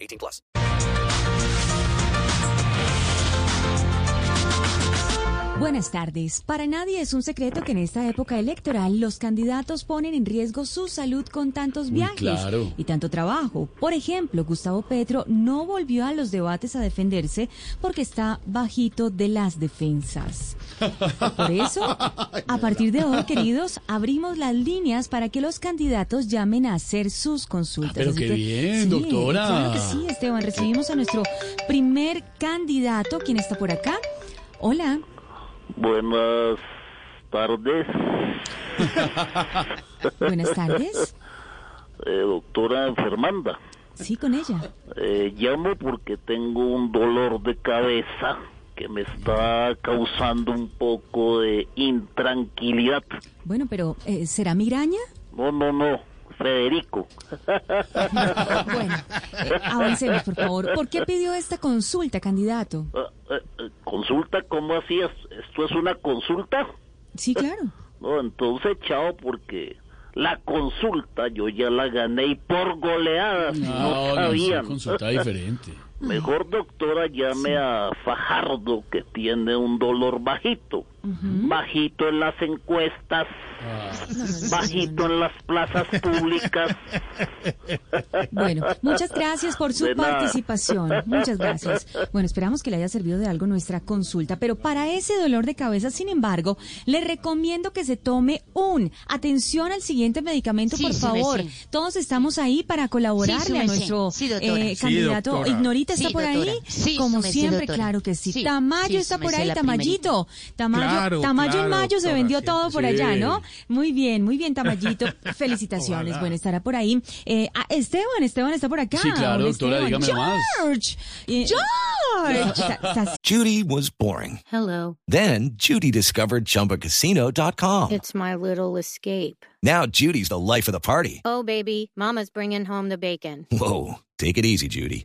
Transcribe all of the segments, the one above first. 18 plus. Buenas tardes. Para nadie es un secreto que en esta época electoral los candidatos ponen en riesgo su salud con tantos viajes claro. y tanto trabajo. Por ejemplo, Gustavo Petro no volvió a los debates a defenderse porque está bajito de las defensas. Por eso, a partir de hoy, queridos, abrimos las líneas para que los candidatos llamen a hacer sus consultas. Ah, pero qué que- bien, Sí, doctora. Claro que sí, Esteban. Recibimos a nuestro primer candidato, quien está por acá. Hola. Buenas tardes, Buenas tardes. eh, doctora Fernanda. Sí, con ella. Eh, llamo porque tengo un dolor de cabeza que me está causando un poco de intranquilidad. Bueno, pero eh, ¿será migraña? No, no, no, Federico. Eh, Bueno, eh, avancemos, por favor. ¿Por qué pidió esta consulta, candidato? Eh, eh, eh, ¿Consulta? ¿Cómo así es? ¿Esto es una consulta? Sí, claro. No, entonces chao porque la consulta yo ya la gané y por goleadas no, Ah, no, es una sabían. consulta diferente. Mejor doctora llame a Fajardo que tiene un dolor bajito. Bajito en las encuestas, bajito en las plazas públicas. Bueno, muchas gracias por su De nada. participación. Muchas gracias. Bueno, esperamos que le haya servido de algo nuestra consulta, pero para ese dolor de cabeza, sin embargo, le recomiendo que se tome un. Atención al siguiente medicamento, Sí, por sí, favor. sí. Todos estamos ahí para Sí, colaborarle sí, a sí. nuestro Sí, doctora. eh, Sí, candidato. doctora. Ignorita está Sí, por ahí, doctora. Sí, como súmese, siempre, doctora. claro que sí. Sí, Tamayo sí, está por súmese ahí, la Tamayito. Tamayo, Claro, Tamayo en claro, mayo se doctora, vendió sí. todo por Sí. allá, ¿no? Muy bien, muy bien, Tamayito. Felicitaciones. Ojalá. Bueno, estará por ahí. Eh, ah, Esteban, Esteban está por acá. Sí, claro, Hola, doctora, Esteban. dígame más. George. Eh, George. Sa- sa- Judy was boring. Hello, Then Judy discovered ChumbaCasino.com. it's my little escape. now Judy's the life of the party. Oh, baby, Mama's bringing home the bacon. Whoa, take it easy, Judy.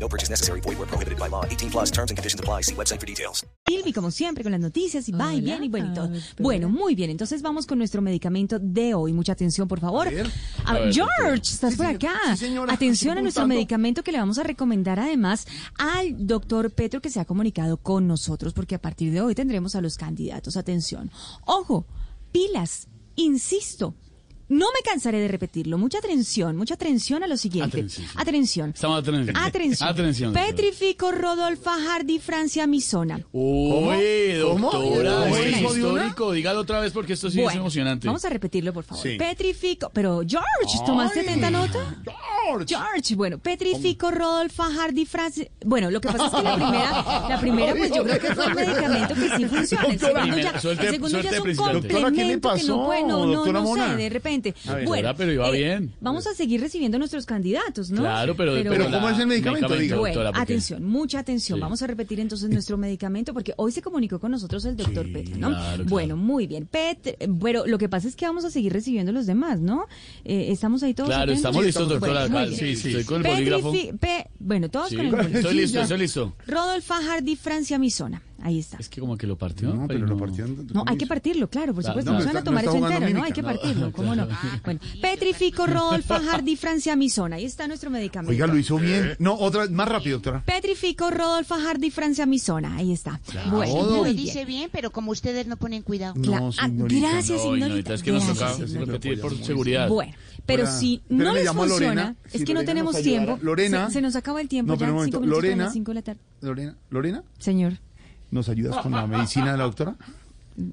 No purchase necessary. Void where prohibited by law. 18 plus terms and conditions apply. See website for details. Silvi, como siempre, con las noticias y va y Hola, viene y bueno y todo. doctora. Bueno, muy bien. Entonces vamos con nuestro medicamento de hoy. Mucha atención, por favor. A- A ver, doctora. George, estás por acá. atención a nuestro medicamento que le vamos a recomendar además al doctor Petro que se ha comunicado con nosotros, porque a partir de hoy tendremos a los candidatos. Atención. Ojo, pilas, insisto. No me cansaré de repetirlo. Mucha atención, mucha atención a lo siguiente. Atención, sí. Atención. Estamos atención. Atención. Atención, doctora. Petrifico Rodolfa Hardy Francia Misona. Oye, ¿Cómo? doctora, ¿Cómo? esto ¿Cómo es de una? histórico. Dígalo otra vez porque esto sí es Bueno, emocionante. Vamos a repetirlo, por favor. Sí. Petrifico. Pero, George, ¿tomaste Ay. tanta nota? George. George, bueno, Petrifico, Rodolfa, Hardy, Francia. Bueno, lo que pasa es que la primera, la primera, pues yo creo que fue el medicamento que sí funciona. El Doctora. segundo ya, Primera, suerte- el segundo ya suerte es un de principiante. Doctora, ¿qué le complemento que no pasó, puede, no, no, no doctora sé, Mona? de repente. Doctora, Bueno, eh, pero iba bien. Vamos a seguir recibiendo a nuestros candidatos, ¿no? Claro, pero, Pero la- ¿cómo es el medicamento? Diga. Bueno, doctora, porque- atención, mucha atención. Sí. Vamos a repetir entonces nuestro medicamento porque hoy se comunicó con nosotros el doctor Petro, ¿no? claro, claro. Bueno, muy bien. Pet, pero lo que pasa es que vamos a seguir recibiendo los demás, ¿no? Eh, estamos ahí todos. Claro, atentos? estamos listos, Bueno, doctora. muy Vale, bien. Sí, sí, estoy con el bolígrafo. Petrifi- pe- bueno, todos Sí, con el bolígrafo. Estoy listo, estoy listo. Rodolfo Hardy, Francia Misona. Ahí está. Es que como que lo partió. No, pero lo partieron. No, hay que partirlo, claro, por Claro, supuesto. no, No, se pero van a está- tomar no está eso jugando entero, ¿no? Hay mímica, que partirlo, no. ¿cómo no? Bueno, Petrifico, Rodolfo Hardy, Francia Misona. Ahí está nuestro medicamento. Oiga, lo hizo bien. No, otra vez, más rápido, doctora. Petrifico, Rodolfo Hardy, Francia Misona. Ahí está. Lo Bueno, muy dice bien. bien, pero como ustedes no ponen cuidado. Cla- No, ah, señorita. gracias, No, ignorita. Ignorita, es que nos toca Gracias, ignorita. repetir por seguridad. Bueno, pero Ahora, si pero no le les llamó a Lorena, funciona, si es que no Lorena tenemos nos ayudara. tiempo. Lorena. Se, se nos acaba el tiempo No, ya, pero un momento. cinco minutos para Lorena. las cinco de la tarde. Lorena, Lorena, Señor, ¿nos ayudas con la medicina de la doctora?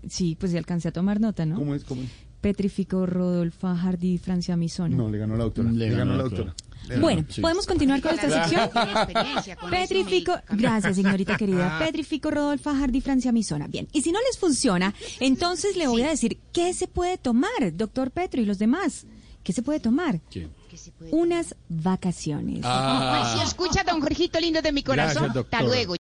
sí, pues ya alcancé a tomar nota, ¿no? ¿Cómo es? ¿Cómo es? Petrifico, Rodolfo Hardy, Francia Misona. No, le ganó la doctora. Le Le, ganó ganó la la doctora. doctora. Bueno, podemos continuar con esta sección. Tiene experiencia con eso, Ah. Petrifico, médica. gracias señorita querida, Petrifico Rodolfa Hardy Francia Misona. Bien, y si no les funciona, entonces le voy a decir qué se puede tomar, doctor Petro y los demás. ¿Qué se puede tomar? ¿Quién? Que se puede- Unas vacaciones. Ay, sí, escucha, don Jorgito lindo de mi corazón. Gracias, Hasta doctora. luego.